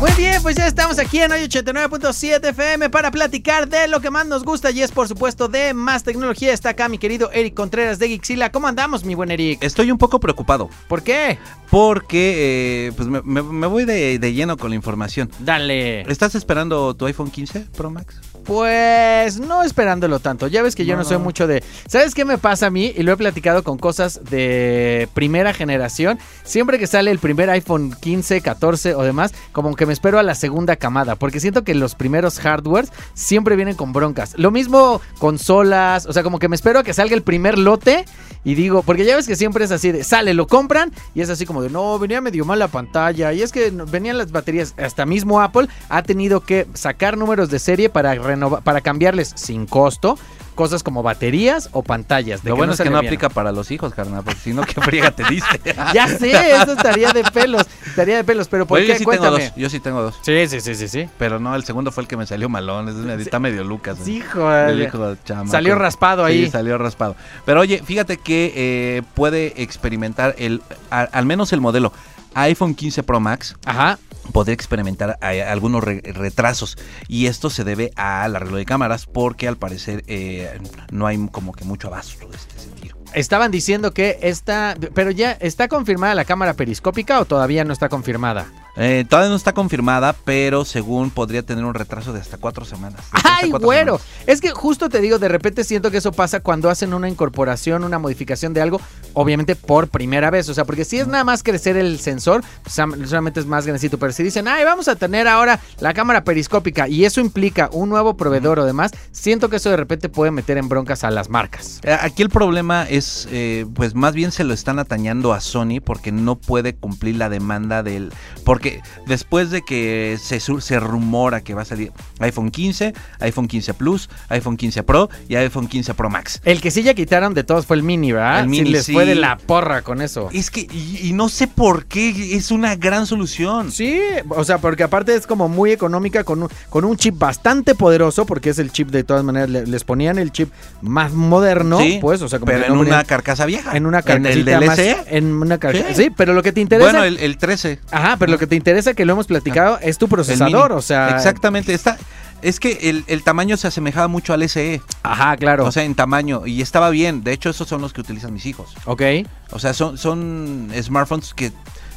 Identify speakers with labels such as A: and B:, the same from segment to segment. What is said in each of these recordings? A: Muy bien, pues ya estamos aquí en hoy 89.7 FM para platicar de lo que más nos gusta y es por supuesto de más tecnología. Está acá mi querido Eric Contreras de Gixila. ¿Cómo andamos, mi buen Eric?
B: Estoy un poco preocupado
A: ¿Por qué?
B: porque eh, pues me, me- me voy de, de lleno con la información.
A: Dale.
B: ¿Estás esperando tu iPhone 15 Pro Max?
A: Pues no esperándolo tanto. Ya ves que yo no,
B: No.
A: soy mucho de. ¿Sabes qué me pasa a mí? Y lo he platicado con cosas de primera generación. Siempre que sale el primer iPhone 15, 14 o demás, como que me espero a la segunda camada. Porque siento que los primeros hardwares siempre vienen con broncas. Lo mismo consolas. O sea, como que me espero a que salga el primer lote. Y digo, porque ya ves que siempre es así de sale, lo compran y es así como de no, venía medio mal la pantalla y es que no- venían las baterías. Hasta mismo Apple ha tenido que sacar números de serie para renova- para cambiarles sin costo cosas como baterías o pantallas. de
B: Lo bueno es que
A: sale
B: no
A: bien.
B: aplica para los hijos, carnal, porque si no, qué friega te diste.
A: Ya sé, eso estaría de pelos, estaría de pelos, pero ¿por
B: Oye,
A: qué?
B: yo sí tengo
A: Cuéntame.
B: dos, yo sí tengo dos.
A: Sí, sí, sí, sí, sí.
B: Pero no, el segundo fue el que me salió malón, es- está medio Lucas.
A: Sí,
B: eh.
A: joder.
B: El hijo de chamaco.
A: Salió raspado
B: Sí,
A: ahí.
B: salió raspado. Pero oye, fíjate que eh, puede experimentar el, a- al menos el modelo iPhone 15 Pro Max
A: Ajá.
B: poder experimentar eh, algunos re- retrasos y esto se debe al arreglo de cámaras porque al parecer eh, no hay como que mucho abasto de este sentido.
A: Estaban diciendo que esta, pero ya está confirmada la cámara periscópica o todavía no está confirmada.
B: Eh, todavía no está confirmada, pero según podría tener un retraso de hasta cuatro semanas. De tres a
A: ¡Ay,
B: cuatro
A: güero!
B: semanas.
A: Es que justo te digo, de repente siento que eso pasa cuando hacen una incorporación, una modificación de algo, obviamente por primera vez. O sea, porque si es nada más crecer el sensor, pues, sam- solamente es más grandecito. Pero si dicen, ¡ay, vamos a tener ahora la cámara periscópica! Y eso implica un nuevo proveedor o demás, siento que eso de repente puede meter en broncas a las marcas.
B: Eh, Aquí el problema es, eh, pues más bien se lo están atañando a Sony porque no puede cumplir la demanda del... Porque después de que se, su- se rumora que va a salir iPhone 15, iPhone 15 Plus, iPhone 15 Pro y iPhone 15 Pro Max.
A: El que sí ya quitaron de todos fue el mini, ¿verdad?
B: El
A: Sí,
B: Mini,
A: les fue
B: sí.
A: de la porra con eso.
B: Es que, y, y no sé por qué, es una gran solución.
A: Sí, o sea, porque aparte es como muy económica con un, con un chip bastante poderoso, porque es el chip de todas maneras, le- les ponían el chip más moderno,
B: Sí,
A: pues, o sea, como
B: pero
A: que
B: en
A: no
B: una
A: ponían-
B: carcasa vieja.
A: en una
B: el
A: carcasita
B: del
A: más-
B: SE.
A: en una carcasa- sí.
B: Sí.
A: pero lo que te interesa
B: Bueno, el, el 13. el
A: Ajá, pero lo que te interesa que lo hemos platicado es tu procesador,
B: mini.
A: o sea,
B: Exactamente, está... Es que el, el tamaño se asemejaba mucho al SE,
A: Ajá, claro.
B: o sea, en tamaño, y estaba bien. De hecho, esos son los que utilizan mis hijos.
A: ok.
B: O sea, son, son smartphones que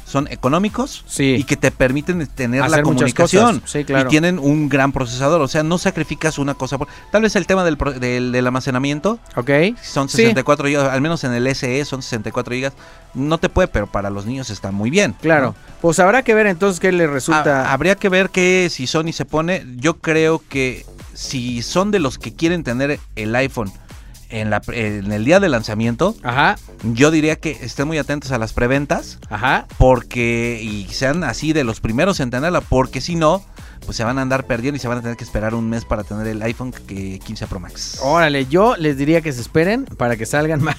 B: son económicos
A: Sí.
B: y que te permiten tener
A: Hacer
B: la
A: muchas cosas,
B: comunicación.
A: sí, claro.
B: Y tienen un gran procesador, o sea, no sacrificas una cosa por... Tal vez el tema del, pro- del- del almacenamiento,
A: Ok.
B: Son
A: Sí.
B: 64 gigas, al menos en el SE son 64 gigas. No te puede, pero para los niños está muy bien.
A: Claro. Pues habrá que ver entonces qué le resulta.
B: Ha- habría que ver que si Sony se pone, yo creo que si son de los que quieren tener el iPhone en, la, pre- en el día de lanzamiento,
A: Ajá,
B: yo diría que estén muy atentos a las preventas
A: ajá.
B: porque y sean así de los primeros en tenerla, porque si no, pues se van a andar perdiendo y se van a tener que esperar un mes para tener el iPhone que 15 Pro Max.
A: Órale, yo les diría que se esperen para que salgan más,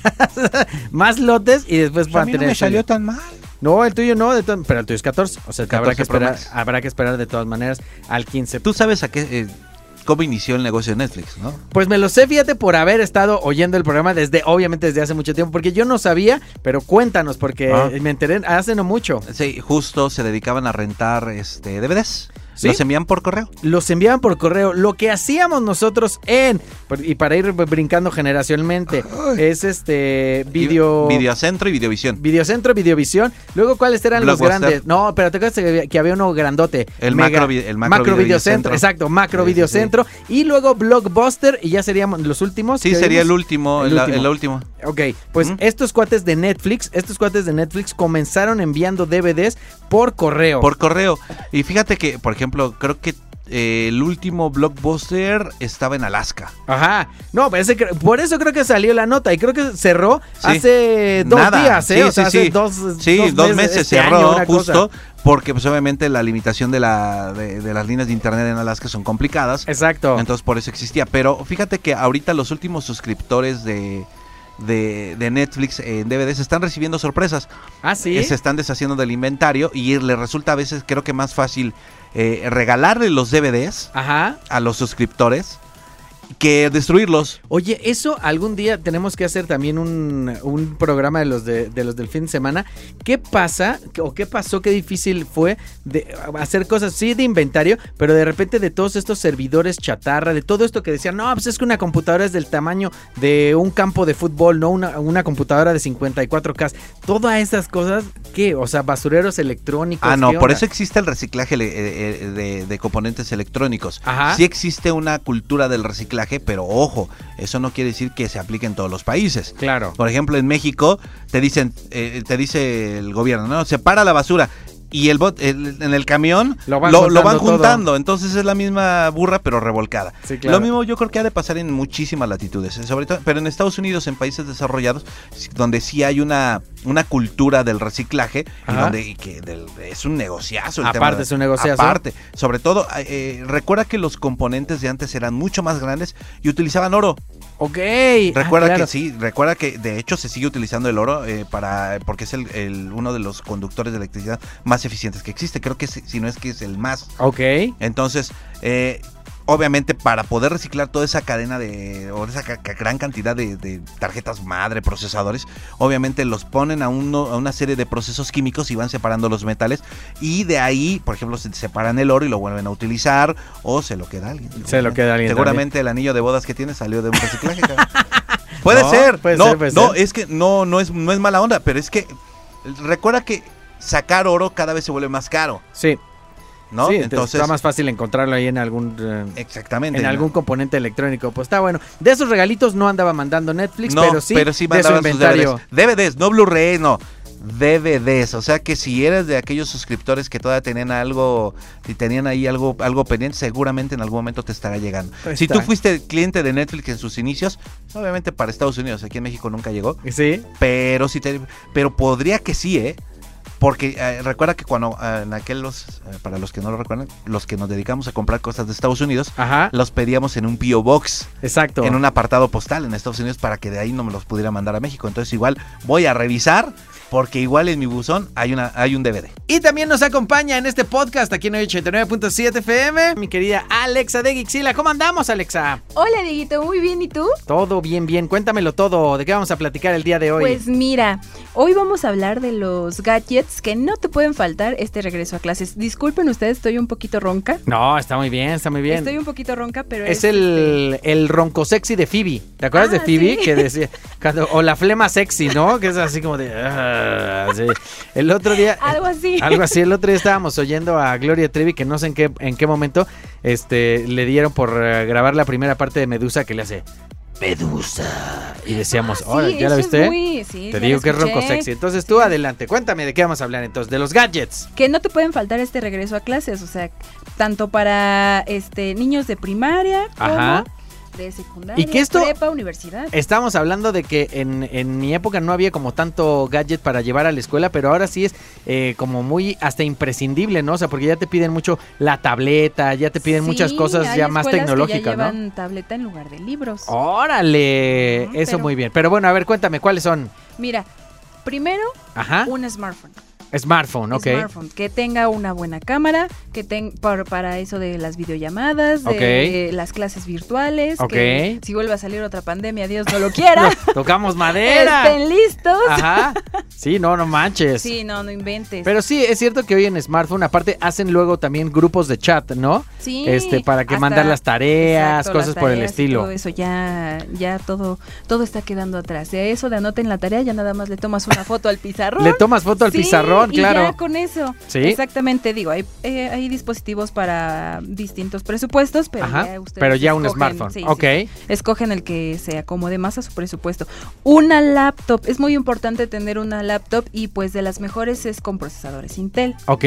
A: más lotes y después
B: Pues a
A: puedan
B: mí no
A: tener.
B: me
A: el suyo.
B: salió tan mal.
A: No, el tuyo no, de to- pero el tuyo es 14. O sea, que habrá, que
B: 14 Pro
A: esperar,
B: Max.
A: habrá que esperar de todas maneras al 15.
B: Tú sabes a qué eh, cómo inició el negocio de Netflix, ¿no?
A: Pues me lo sé, fíjate, por haber estado oyendo el programa desde, obviamente, desde hace mucho tiempo, porque yo no sabía, pero cuéntanos, porque
B: Ah.
A: me enteré hace no mucho.
B: Sí, justo se dedicaban a rentar este DVDs.
A: ¿Sí?
B: Los envían por correo.
A: Los enviaban por correo. Lo que hacíamos nosotros en, por- y para ir brincando generacionalmente, es este video.
B: Y- Videocentro y Videovisión.
A: Videocentro, Videovisión. Luego, ¿cuáles eran los
B: Blockbuster.
A: grandes? No, pero te acuerdas que había, que había uno grandote.
B: El macro vi- el macro
A: Videocentro.
B: Videocentro.
A: Exacto, Macro
B: Sí, sí,
A: Videocentro. Y luego Blockbuster, y ya seríamos los últimos.
B: Sí,
A: que
B: sería el
A: vimos.
B: último,
A: El
B: el,
A: último.
B: el último.
A: Ok, pues
B: ¿Mm?
A: estos cuates de Netflix, estos cuates de Netflix comenzaron enviando DVDs por correo.
B: Por correo. Y fíjate que, por ejemplo, creo que eh, el último blockbuster estaba en Alaska.
A: Ajá. No, pero ese cre- por eso creo que salió la nota y creo que cerró
B: Sí.
A: hace dos
B: Nada.
A: días, ¿eh?
B: Sí,
A: o sea,
B: sí,
A: hace
B: sí.
A: dos,
B: Sí, dos, meses
A: este año,
B: cerró
A: una
B: justo
A: cosa.
B: porque pues obviamente la limitación de, la, de, de las líneas de internet en Alaska son complicadas.
A: Exacto.
B: Entonces por eso existía. Pero fíjate que ahorita los últimos suscriptores de, de, de Netflix en DVDs están recibiendo sorpresas.
A: ah, sí.
B: Eh, Se están deshaciendo del inventario y les resulta a veces creo que más fácil eh, regalarle los DVDs
A: Ajá.
B: a los suscriptores que destruirlos.
A: Oye, eso algún día tenemos que hacer también un, un programa de los, de, de los del fin de semana. ¿Qué pasa o qué pasó? Qué difícil fue de hacer cosas, sí, de inventario, pero de repente de todos estos servidores chatarra, de todo esto que decían, no, pues es que una computadora es del tamaño de un campo de fútbol, no una, una computadora de 54K. Todas esas cosas, ¿qué? O sea, basureros electrónicos.
B: Ah, no,
A: Pues, ¿qué
B: por
A: onda?
B: eso existe el reciclaje le- eh, eh, de, de componentes electrónicos.
A: Ajá.
B: Sí existe una cultura del reciclaje, pero ojo, eso no quiere decir que se aplique en todos los países.
A: Claro.
B: Por ejemplo, en México te dicen, eh, te dice el gobierno, no, separa la basura. Y el bot, el- en el camión
A: Lo van
B: van
A: juntando todo.
B: juntando. Entonces es la misma burra, pero revolcada.
A: Sí, claro.
B: Lo mismo yo creo que ha de pasar en muchísimas latitudes, eh, sobre todo, pero en Estados Unidos, en países desarrollados, s- donde sí hay una, una cultura del reciclaje, y
A: Ajá.
B: donde y que del- es un negociazo. el
A: Aparte
B: de-
A: es un negociazo.
B: Aparte, sobre todo, eh, eh, recuerda que los componentes de antes eran mucho más grandes y utilizaban oro.
A: Ok.
B: Recuerda
A: Ah, claro.
B: que sí, recuerda que de hecho se sigue utilizando el oro eh, para porque es el, el- uno de los conductores de electricidad más eficientes que existe. Creo que si, si no es que es el más.
A: Ok.
B: Entonces, eh, obviamente para poder reciclar toda esa cadena de o esa ca- ca- gran cantidad de, de tarjetas madre, procesadores, obviamente los ponen a, uno- a una serie de procesos químicos y van separando los metales y de ahí, por ejemplo, se separan el oro y lo vuelven a utilizar o se lo queda alguien.
A: Se lo queda alguien
B: Seguramente el anillo de bodas que tiene salió de un reciclaje. cabrón. puede
A: No,
B: ser.
A: puede
B: no,
A: ser, puede
B: no,
A: ser.
B: es que no, no es, no es mala onda, pero es que recuerda que sacar oro cada vez se vuelve más caro,
A: Sí.
B: ¿no?
A: Sí, entonces está más fácil encontrarlo ahí en algún eh,
B: Exactamente.
A: en
B: ¿no?
A: algún componente electrónico. Pues está bueno. De esos regalitos no andaba mandando Netflix, pero sí, de su
B: mandaban sus
A: inventario.
B: DVDs. DVDs, no Blu-ray, no. DVDs, o sea que si eres de aquellos suscriptores que todavía tenían algo, si tenían ahí algo, algo pendiente, seguramente en algún momento te estará llegando.
A: Ahí
B: si
A: está.
B: tú fuiste cliente de Netflix en sus inicios, obviamente para Estados Unidos, aquí en México nunca llegó,
A: Sí,
B: pero si te, pero podría que sí, ¿eh? Porque eh, recuerda que cuando eh, en aquellos, eh, para los que no lo recuerdan, los que nos dedicamos a comprar cosas de Estados Unidos,
A: ajá,
B: los pedíamos en un PO Box.
A: exacto.
B: en un apartado postal en Estados Unidos para que de ahí no me los pudiera mandar a México. Entonces igual voy a revisar porque igual en mi buzón hay una hay un DVD.
A: Y también nos acompaña en este podcast aquí en 89.7 FM, mi querida Alexa de Gixila. ¿Cómo andamos, Alexa?
C: Hola Dieguito, muy bien, ¿y tú?
A: Todo bien, bien. Cuéntamelo todo. ¿De qué vamos a platicar el día de hoy?
C: Pues mira, hoy vamos a hablar de los gadgets que no te pueden faltar este regreso a clases. Disculpen ustedes, estoy un poquito ronca.
A: no, está muy bien, está muy bien.
C: Estoy un poquito ronca, pero
A: Es el, el ronco sexy de Phoebe. ¿Te acuerdas
C: Ah,
A: de Phoebe?
C: sí.
A: Que decía. cuando- o la flema sexy, ¿no? Que es así como de. "Ah", sí. El otro día.
C: Algo así.
A: Algo así. El otro día estábamos oyendo a Gloria Trevi, que no sé en qué, en qué momento este, le dieron por eh, grabar la primera parte de Medusa que le hace. Medusa. Y decíamos,
C: Ah, Sí,
A: ahora, ¿ya la
C: eso es
A: viste?
C: muy- sí,
A: Te
C: ya la
A: digo que es
C: escuché.
A: ronco sexy. Entonces tú adelante, cuéntame de qué vamos a hablar entonces, de los gadgets.
C: Que no te pueden faltar este regreso a clases, o sea, tanto para este niños de primaria como
A: Ajá.
C: de secundaria,
A: Y que esto-
C: prepa, universidad.
A: Estamos hablando de que en, en mi época no había como tanto gadget para llevar a la escuela, pero ahora sí es eh, como muy hasta imprescindible, ¿no? O sea, porque ya te piden mucho la tableta, ya te piden
C: Sí,
A: muchas cosas
C: hay
A: ya más
C: escuelas que ya
A: tecnológicas, ¿no? Oh.
C: llevan tableta en lugar de libros.
A: Órale,
C: Ujú,
A: eso
C: pero-
A: muy bien. Pero bueno, a ver, cuéntame, ¿cuáles son?
C: Mira, primero
A: Ajá,
C: un smartphone.
A: smartphone, ok.
C: smartphone, que tenga una buena cámara, que tenga para eso de las videollamadas, de
A: Ok.
C: las clases virtuales, que
A: Ok.
C: si vuelve a salir otra pandemia, Dios no lo quiera,
A: No, tocamos madera.
C: estén listos.
A: Ajá. Sí, no, no manches.
C: Este, Sí, no, no inventes.
A: Pero sí, es cierto que hoy en smartphone, aparte, hacen luego también grupos de chat, ¿no?
C: sí,
A: este, para que
C: hasta-
A: mandar las tareas,
C: Exacto,
A: cosas
C: las
A: por el
C: tareas y
A: estilo.
C: Todo eso ya, ya todo, todo está quedando atrás. De eso de anoten la tarea, ya nada más le tomas una foto al pizarrón.
A: Le tomas foto al
C: Sí,
A: pizarrón,
C: y
A: claro.
C: ya con eso.
A: Sí.
C: Exactamente, digo, hay, eh, hay dispositivos para distintos presupuestos, pero
A: Ajá,
C: ya ustedes
A: pero ya un
C: escogen,
A: smartphone.
C: sí, sí,
A: ok.
C: sí, escogen el que se acomode más a su presupuesto. Una laptop, es muy importante tener una laptop y pues de las mejores es con procesadores Intel.
A: Ok.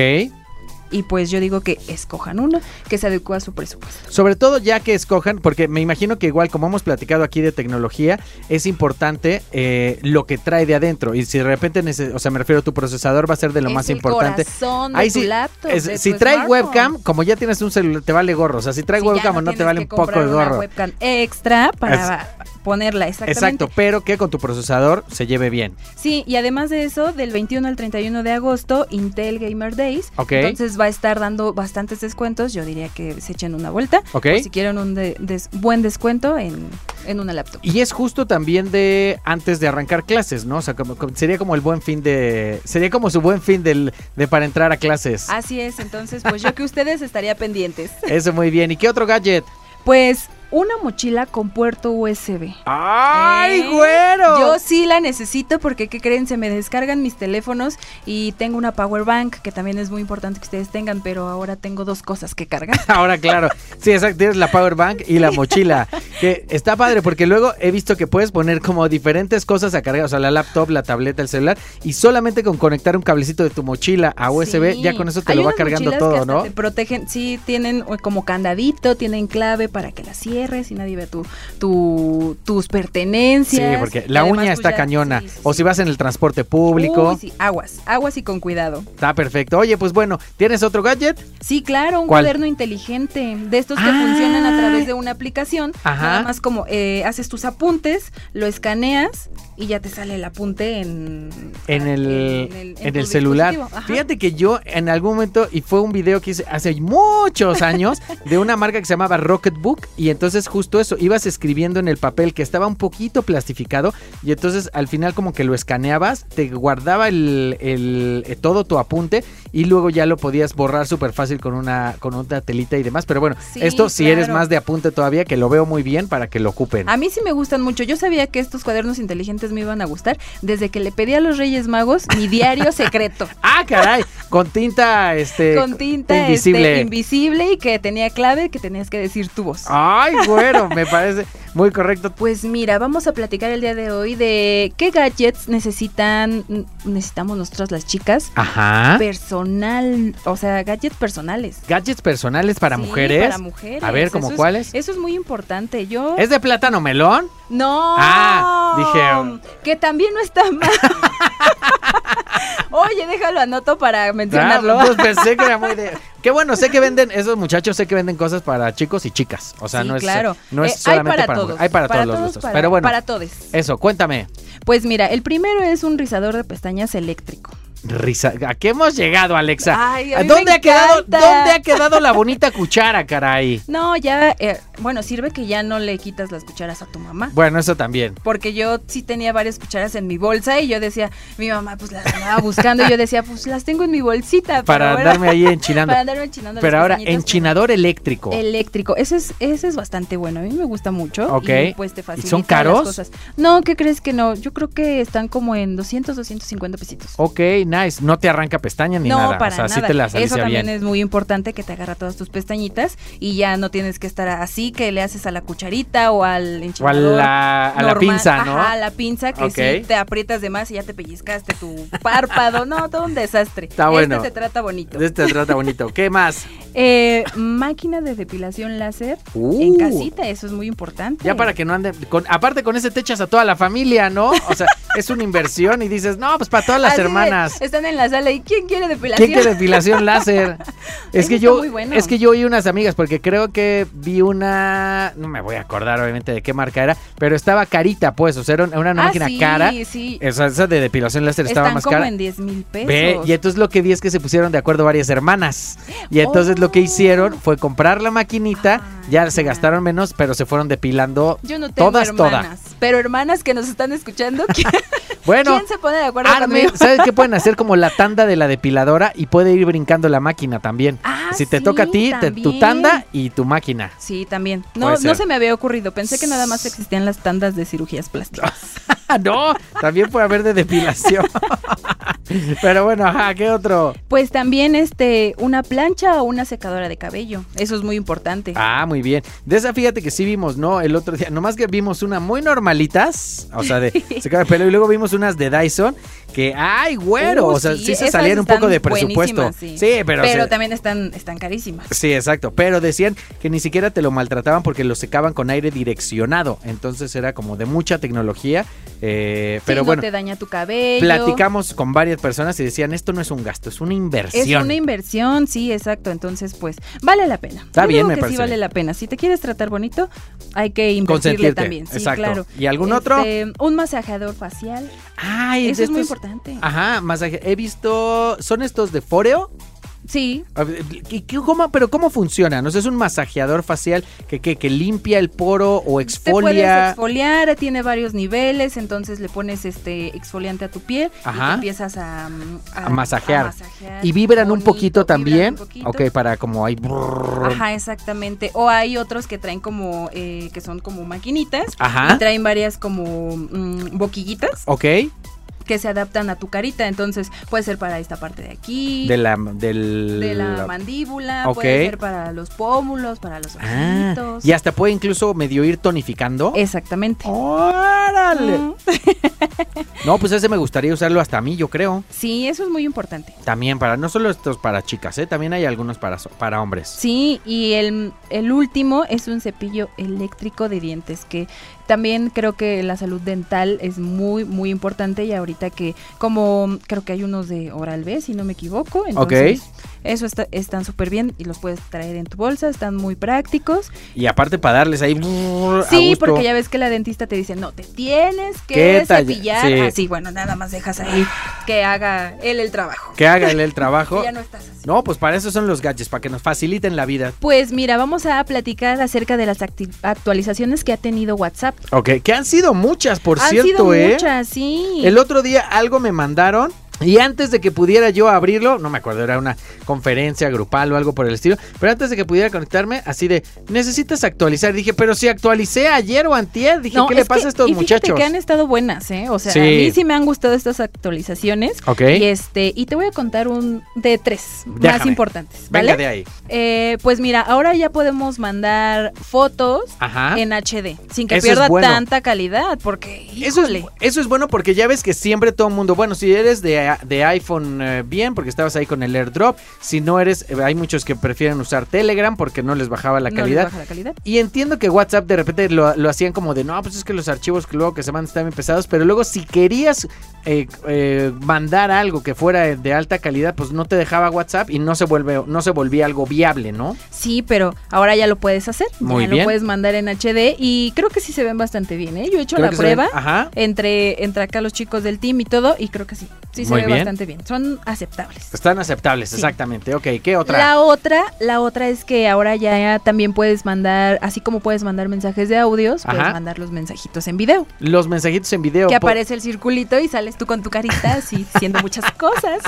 C: Y pues yo digo que escojan uno que se adecue a su presupuesto.
A: Sobre todo ya que escojan, porque me imagino que igual como hemos platicado aquí de tecnología, es importante eh, lo que trae de adentro. Y si de repente, nece- o sea, me refiero, tu procesador va a ser de lo
C: es
A: más
C: el
A: importante.
C: corazón de
A: Ahí
C: tu
A: sí,
C: laptop,
A: es-
C: de
A: si
C: tu
A: trae
C: smartphone.
A: webcam, como ya tienes un celular, te vale gorro. O sea, si trae
C: Sí, ya
A: webcam o no te
C: tienes
A: vale
C: que
A: un poco
C: comprar
A: de
C: una
A: gorro.
C: webcam extra para ponerla, exactamente.
A: Exacto, pero que con tu procesador se lleve bien.
C: Sí, y además de eso, del 21 al 31 de agosto, Intel Gamer Days.
A: Ok.
C: Entonces va a estar dando bastantes descuentos. Yo diría que se echen una vuelta.
A: Ok.
C: O si quieren un de- des- buen descuento en, en una laptop.
A: Y es justo también de antes de arrancar clases, ¿no? O sea, como- como- sería como el buen fin de. Sería como su buen fin del, de para entrar a clases.
C: Así es, entonces pues yo que ustedes estaría pendientes.
A: Eso muy bien. ¿Y qué otro gadget?
C: Pues una mochila con puerto USB.
A: ¡Ay,
C: ¿Eh?
A: güero!
C: Yo sí la necesito porque, ¿qué creen? Se me descargan mis teléfonos y tengo una power bank que también es muy importante que ustedes tengan, pero ahora tengo dos cosas que cargar.
A: Ahora, claro. Sí, exacto. Tienes la power bank y la mochila. Que está padre porque luego he visto que puedes poner como diferentes cosas a cargar. O sea, la laptop, la tableta, el celular. Y solamente con conectar un cablecito de tu mochila a USB,
C: Sí.
A: ya con eso te
C: Hay
A: lo va
C: unas
A: cargando
C: mochilas que
A: todo,
C: hasta
A: ¿no?
C: Te protegen, sí, tienen eh, como candadito, tienen clave para que la cierres y nadie vea tu, tu- tus
A: Sí,
C: pertenencias.
A: porque la
C: Además,
A: uña
C: pues,
A: está
C: ya-
A: cañona.
C: sí, sí,
A: o
C: sí.
A: si vas en el transporte público.
C: Uy, sí, aguas, aguas y con cuidado.
A: Está perfecto. Oye, pues bueno, ¿tienes otro gadget?
C: Sí, claro, un
A: ¿Cuál?
C: cuaderno inteligente, de estos que
A: Ah.
C: funcionan a través de una aplicación.
A: Ajá.
C: Nada más como eh, haces tus apuntes, lo escaneas y ya te sale el apunte en, ah,
A: En el,
C: en
A: en
C: en
A: el
C: tu
A: celular.
C: dispositivo. Ajá.
A: Fíjate que yo en algún momento, y fue un video que hice hace muchos años, de una marca que se llamaba Rocketbook, y entonces justo eso, ibas escribiendo en el papel que estaba un poquito plastificado, y entonces al final como que lo escaneabas, te guardaba el, el- eh, todo tu apunte, y luego ya lo podías borrar súper fácil con una, con una telita y demás. Pero bueno,
C: Sí,
A: esto si eres
C: claro.
A: más de apunte todavía, que lo veo muy bien para que lo ocupen.
C: A mí sí me gustan mucho. Yo sabía que estos cuadernos inteligentes me iban a gustar desde que le pedí a los Reyes Magos mi diario secreto.
A: Ah, caray, con tinta, este,
C: con tinta este,
A: invisible. Ah.
C: invisible y que tenía clave que tenías que decir tu voz.
A: Ay, güero, me parece muy correcto.
C: Pues mira, vamos a platicar el día de hoy de qué gadgets necesitan, mm, necesitamos nosotras las chicas.
A: Ajá.
C: Personal, o sea, gadgets personales.
A: Gadgets personales para
C: Sí,
A: mujeres.
C: Para mujeres.
A: A ver, ¿cómo
C: Eso es-
A: cuáles?
C: Eso es muy importante. Yo.
A: ¿Es de plátano melón?
C: No.
A: Ah, dije,
C: Que también no está mal. Oye, déjalo anoto para mencionarlo.
A: Ah, pues pensé que era muy de. Qué bueno, sé que venden, esos muchachos sé que venden cosas para chicos y chicas. O sea,
C: Sí,
A: no es,
C: claro.
A: no es
C: Eh,
A: solamente
C: hay para, todos.
A: mujeres, Hay para, todos los gustos.
C: para-
A: Pero bueno,
C: Para todos.
A: eso, cuéntame.
C: Pues mira, el primero es un rizador de pestañas eléctrico.
A: Risa, ¿a qué hemos llegado, Alexa?
C: Ay, a mí
A: ¿Dónde
C: me
A: ha quedado,
C: encanta.
A: dónde ha quedado la bonita cuchara, caray?
C: No, ya. eh, bueno, sirve que ya no le quitas las cucharas a tu mamá.
A: Bueno, eso también.
C: Porque yo sí tenía varias cucharas en mi bolsa y yo decía, mi mamá pues las andaba buscando y yo decía, pues las tengo en mi bolsita.
A: Para
C: pero ahora-
A: andarme ahí enchinando.
C: Para andarme enchinando.
A: Pero
C: las
A: ahora,
C: pestañitas,
A: enchinador eléctrico.
C: pero Eléctrico. Ese es, ese es bastante bueno. A mí me gusta mucho.
A: Ok.
C: Y pues te
A: son
C: facilita
A: caros?
C: Las cosas. No, ¿qué crees que no? Yo creo que están como en 200, 250 pesitos.
A: Ok, nice. No te arranca pestaña Oh, ni
C: no,
A: nada.
C: para
A: o sea,
C: nada.
A: sí te la
C: Eso
A: acaricia
C: también
A: bien.
C: es muy importante que te agarra todas tus pestañitas y ya no tienes que estar así que le haces a la cucharita o al
A: O a
C: enchinador.
A: la, a la
C: normal.
A: pinza, ¿no?
C: Ajá, la pinza que
A: Ok.
C: sí te aprietas de más y ya te pellizcaste tu párpado. No, todo un desastre.
A: Está bueno.
C: Este se trata bonito.
A: De este se trata bonito. ¿Qué más?
C: Eh, máquina de depilación láser
A: Uh,
C: en casita, eso es muy importante.
A: Ya para que no ande. Con, aparte, con ese te echas a toda la familia, ¿no? O sea, es una inversión y dices, no, pues para todas las
C: Así de,
A: hermanas.
C: están en la sala y ¿quién quiere depilación?
A: ¿Quién quiere depilación láser? Es
C: Eso
A: que
C: está
A: yo
C: muy bueno.
A: es que yo oí unas amigas porque creo que vi una no me voy a acordar obviamente de qué marca era, pero estaba carita pues, o sea, era una una
C: Ah,
A: máquina
C: sí,
A: cara.
C: sí.
A: O sea, esa de depilación láser estaba
C: Están
A: más
C: como
A: cara.
C: en 10 mil pesos.
A: Ve, y entonces lo que vi es que se pusieron de acuerdo varias hermanas. Y entonces
C: Oh.
A: lo que hicieron fue comprar la maquinita,
C: Ay,
A: ya se
C: ya.
A: gastaron menos, pero se fueron depilando.
C: Ah. Yo no tengo
A: Todas, toda.
C: hermanas, pero hermanas que nos están escuchando, ¿quién,
A: Bueno,
C: quién se pone de acuerdo
A: armen,
C: conmigo?
A: ¿sabes qué pueden hacer? Como la tanda de la depiladora y puede ir brincando la máquina también.
C: Ah,
A: si te
C: sí,
A: toca a ti, te- tu
C: también.
A: tanda y tu máquina.
C: Sí, también.
A: Puede
C: No, no
A: ser.
C: se me había ocurrido. Pensé que nada más existían las tandas de cirugías plásticas.
A: Ah, no, también puede haber de depilación. Pero bueno, ajá, ¿qué otro?
C: Pues también este, una plancha o una secadora de cabello. Eso es muy importante.
A: Ah, muy bien. De esa fíjate que sí vimos, ¿no? El otro día, nomás que vimos una muy normalitas, o sea, de secar el pelo y luego vimos unas de Dyson que, ay, güero,
C: Uh,
A: o sea, sí, se
C: esas
A: salían un poco
C: están
A: de presupuesto.
C: buenísimas,
A: Sí.
C: Sí,
A: pero,
C: pero,
A: se-
C: también están, están carísimas.
A: Sí, exacto. Pero decían que ni siquiera te lo maltrataban porque lo secaban con aire direccionado. Entonces era como de mucha tecnología. eh,
C: Sí,
A: pero
C: no
A: bueno,
C: te daña tu cabello.
A: platicamos con varias personas y decían, esto no es un gasto, es una
C: Es
A: inversión.
C: una inversión, sí, exacto. Entonces, pues, vale la pena.
A: Está
C: Yo
A: bien,
C: digo
A: me
C: que
A: parece
C: sí vale
A: bien.
C: la pena. Si te quieres tratar bonito, hay que invertirle
A: Consentirte.
C: también. Sí,
A: exacto.
C: claro.
A: ¿Y algún otro?
C: Este, Un masajeador facial.
A: Ay,
C: Eso es muy
A: estos- Ah.
C: importante.
A: Ajá, masaje. He visto. ¿Son estos de Foreo?
C: Sí,
A: A ver, ¿y qué- cómo- ¿Pero cómo funciona? ¿No sé, es un masajeador facial que, que, que limpia el poro o
C: Te puedes
A: exfolia?
C: exfoliar, tiene varios niveles, entonces le pones este exfoliante a tu piel y
A: Ajá.
C: te empiezas a, mm,
A: A masajear.
C: masajear.
A: Y vibran un
C: Bonito,
A: poquito
C: vibran
A: también.
C: un poquito.
A: Ok, para como hay.
C: Ajá, exactamente. O hay otros que traen como, eh, que son como maquinitas.
A: Ajá.
C: Y traen varias como mm, boquillitas
A: Ok.
C: que se adaptan a tu carita. Entonces puede ser para esta parte de aquí,
A: De la. Del,
C: de la mandíbula,
A: Ok.
C: puede ser para los pómulos, para los
A: Ah,
C: ojitos.
A: y hasta puede incluso medio ir tonificando.
C: Eh. Exactamente.
A: ¡Órale!
C: Mm,
A: No, pues ese me gustaría usarlo hasta a mí, yo creo.
C: Sí, eso es muy importante.
A: También para, no solo estos para chicas, ¿eh? también hay algunos para, so- para hombres.
C: Sí, y el, el último es un cepillo eléctrico de dientes, que también creo que la salud dental es muy, muy importante y ahorita que como creo que hay unos de Oral B, si no me equivoco, entonces eso está, están súper bien y los puedes traer en tu bolsa, están muy prácticos.
A: Y aparte para darles ahí. brrr, a
C: Sí,
A: gusto.
C: porque ya ves que la dentista te dice, no, te tienes
A: ¿Qué
C: que
A: talla?
C: cepillar.
A: Sí.
C: Así, bueno, nada más dejas ahí que haga él el trabajo.
A: Que haga él el trabajo.
C: Y ya no estás así.
A: No, pues para eso son los gadgets, para que nos faciliten la vida.
C: Pues mira, vamos a platicar acerca de las acti- actualizaciones que ha tenido WhatsApp.
A: Ok, que han sido muchas, por
C: Han
A: cierto,
C: sido
A: ¿eh?
C: muchas, sí.
A: El otro día algo me mandaron y antes de que pudiera yo abrirlo, no me acuerdo, era una conferencia grupal o algo por el estilo, pero antes de que pudiera conectarme, así de, necesitas actualizar. Dije, pero si actualicé ayer o antier, dije,
C: No,
A: ¿qué le
C: es que-
A: pasa a estos
C: y fíjate
A: muchachos?
C: que han estado buenas, ¿eh? O sea,
A: Sí.
C: a mí sí me han gustado estas actualizaciones.
A: Ok,
C: Y este, y te voy a contar un de tres más
A: Déjame.
C: importantes, ¿vale?
A: venga de ahí.
C: Eh, pues mira, ahora ya podemos mandar fotos
A: Ajá.
C: en HD sin que
A: Ah. Eso es
C: pierda
A: bueno.
C: tanta calidad, porque
A: Eso es,
C: híjole.
A: eso es bueno porque ya ves que siempre todo el mundo, bueno, si eres de, de iPhone eh, bien, porque estabas ahí con el airdrop, si no eres, eh, hay muchos que prefieren usar Telegram porque no les bajaba la
C: No les
A: calidad.
C: baja la calidad.
A: Y entiendo que WhatsApp de repente lo, lo hacían como de, no, pues es que los archivos que luego que se mandan están bien pesados, pero luego si querías eh, eh, mandar algo que fuera de alta calidad, pues no te dejaba WhatsApp y no se, vuelve, no se volvía algo viable, ¿no?
C: Sí, pero ahora ya lo puedes hacer.
A: Muy
C: ya
A: bien.
C: lo puedes mandar en HD y creo que sí se ven bastante bien, ¿eh? Yo he hecho
A: Creo
C: la
A: que se ven- ah.
C: prueba
A: Ajá.
C: entre, entre acá los chicos del team y todo y creo que sí. Sí se
A: Muy
C: ve
A: bien.
C: bastante bien. Son aceptables.
A: Están aceptables,
C: Sí.
A: exactamente. Ok, ¿qué otra?
C: La otra, la otra es que ahora ya también puedes mandar, así como puedes mandar mensajes de audios,
A: Ajá.
C: puedes mandar los mensajitos en video.
A: Los mensajitos en video.
C: Que
A: po-
C: aparece el circulito y sales tú con tu carita así, haciendo muchas cosas.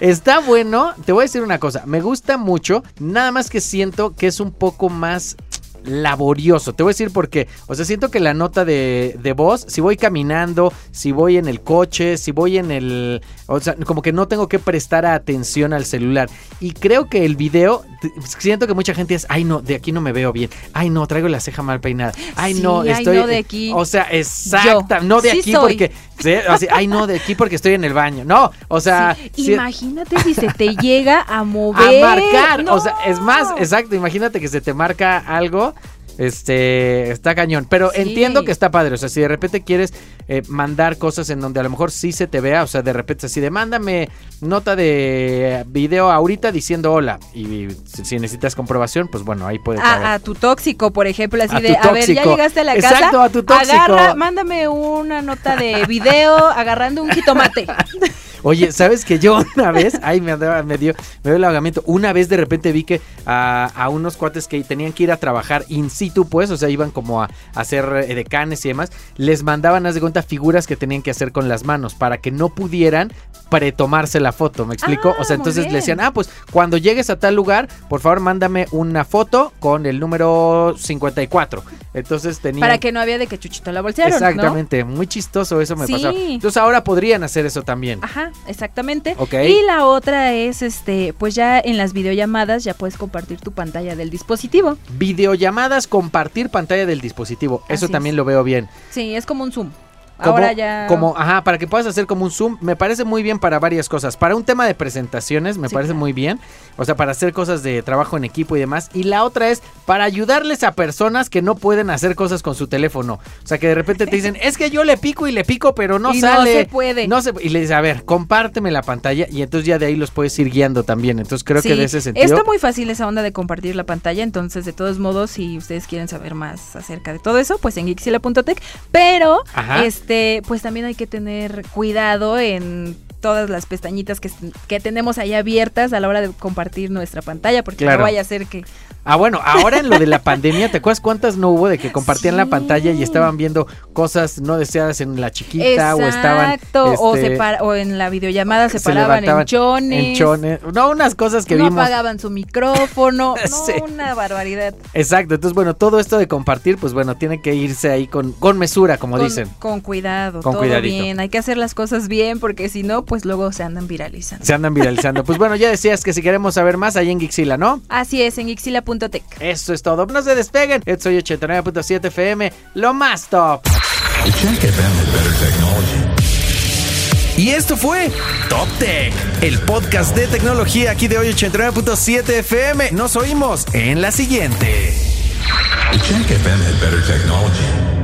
A: Está bueno. Te voy a decir una cosa. Me gusta mucho. Nada más que siento que es un poco más laborioso. Te voy a decir por qué. O sea, siento que la nota de, de voz, si voy caminando, si voy en el coche, si voy en el... O sea, como que no tengo que prestar atención al celular. Y creo que el video, t- siento que mucha gente es, ay no, de aquí no me veo bien. Ay no, traigo la ceja mal peinada. Ay
C: Sí,
A: no,
C: ay,
A: estoy...
C: no, de aquí.
A: O sea, exacta. No de
C: Sí
A: aquí
C: soy.
A: porque... sí, así, ay no, de aquí porque estoy en el baño. No, o sea...
C: Sí,
A: sí-
C: Imagínate si se te llega a
A: a
C: mover.
A: marcar.
C: No.
A: O sea, es más, exacto. Imagínate que se te marca algo. Este está cañón, pero
C: Sí.
A: entiendo que está padre. O sea, si de repente quieres eh, mandar cosas en donde a lo mejor sí se te vea, o sea, de repente así de mándame nota de video ahorita diciendo hola. Y si, si necesitas comprobación, pues bueno, ahí puede caber.
C: a, a tu tóxico, por ejemplo, así
A: A
C: de,
A: tu
C: a ver, ya
A: tóxico.
C: llegaste a la
A: Exacto,
C: casa,
A: a tu tóxico.
C: agarra, mándame una nota de video agarrando un jitomate.
A: Oye, ¿sabes que yo una vez, ay, me, andaba- me dio, me dio el ahogamiento, una vez de repente vi que a, a unos cuates que tenían que ir a trabajar in situ, pues, o sea, iban como a, a hacer eh, decanes y demás, les mandaban, haz de cuenta, figuras que tenían que hacer con las manos para que no pudieran pretomarse la foto, ¿me explico?
C: Ah,
A: o sea,
C: muy
A: entonces le
C: bien.
A: decían, ah, pues, cuando llegues a tal lugar, por favor, mándame una foto con el número 54. Entonces tenía.
C: Para que no había de que chuchito la bolsearon, ¿no?
A: Exactamente, muy chistoso eso me
C: Sí.
A: pasó. Entonces ahora podrían hacer eso también.
C: Ajá, exactamente.
A: Ok.
C: Y la otra es, este, pues ya en las videollamadas ya puedes compartir tu pantalla del dispositivo.
A: Videollamadas, compartir pantalla del dispositivo. Eso
C: Así
A: también
C: es.
A: lo veo bien.
C: Sí, es como un Zoom.
A: Como-
C: Ahora ya.
A: Como, ajá, para que puedas hacer como un zoom, me parece muy bien para varias cosas. Para un tema de presentaciones, me
C: Sí,
A: parece
C: claro.
A: muy bien. O sea, para hacer cosas de trabajo en equipo y demás. Y la otra es para ayudarles a personas que no pueden hacer cosas con su teléfono. O sea, que de repente te dicen, es que yo le pico y le pico, pero no
C: Y no
A: sale.
C: se puede.
A: No se- y le dices, a ver, compárteme la pantalla. Y entonces ya de ahí los puedes ir guiando también. Entonces creo que
C: Sí,
A: de ese sentido.
C: Está muy fácil esa onda de compartir la pantalla, entonces de todos modos, si ustedes quieren saber más acerca de todo eso, pues en geeksila.tech, pero
A: Ajá.
C: este, pues también hay que tener cuidado en todas las pestañitas que, que tenemos ahí abiertas a la hora de compartir nuestra pantalla, porque
A: Claro.
C: no vaya a ser que
A: Ah, bueno, ahora en lo de la pandemia, ¿te acuerdas cuántas no hubo de que compartían la
C: Sí.
A: pantalla y estaban viendo cosas no deseadas en la chiquita o estaban
C: Exacto, o,
A: este,
C: separa- o en la videollamada
A: se
C: se paraban
A: levantaban
C: en chones,
A: en chones? No, unas cosas que
C: no
A: vimos.
C: apagaban su micrófono, no,
A: Sí.
C: una barbaridad.
A: Exacto, entonces bueno, todo esto de compartir, pues bueno, tiene que irse ahí con, con mesura, como
C: con,
A: dicen.
C: con cuidado,
A: Con
C: todo
A: cuidadito.
C: bien, hay que hacer las cosas bien porque si no, pues luego se andan viralizando.
A: Se andan viralizando. pues bueno, ya decías que si queremos saber más, ahí en Gixila, ¿no?
C: Así es, en Ixila.tec.
A: Eso es todo. No se despeguen. Esto soy 89.7 FM, lo más top.
D: Y esto fue Top Tech, el podcast de tecnología aquí de hoy 89.7 FM. Nos oímos en la siguiente.
E: Jack FM had better technology.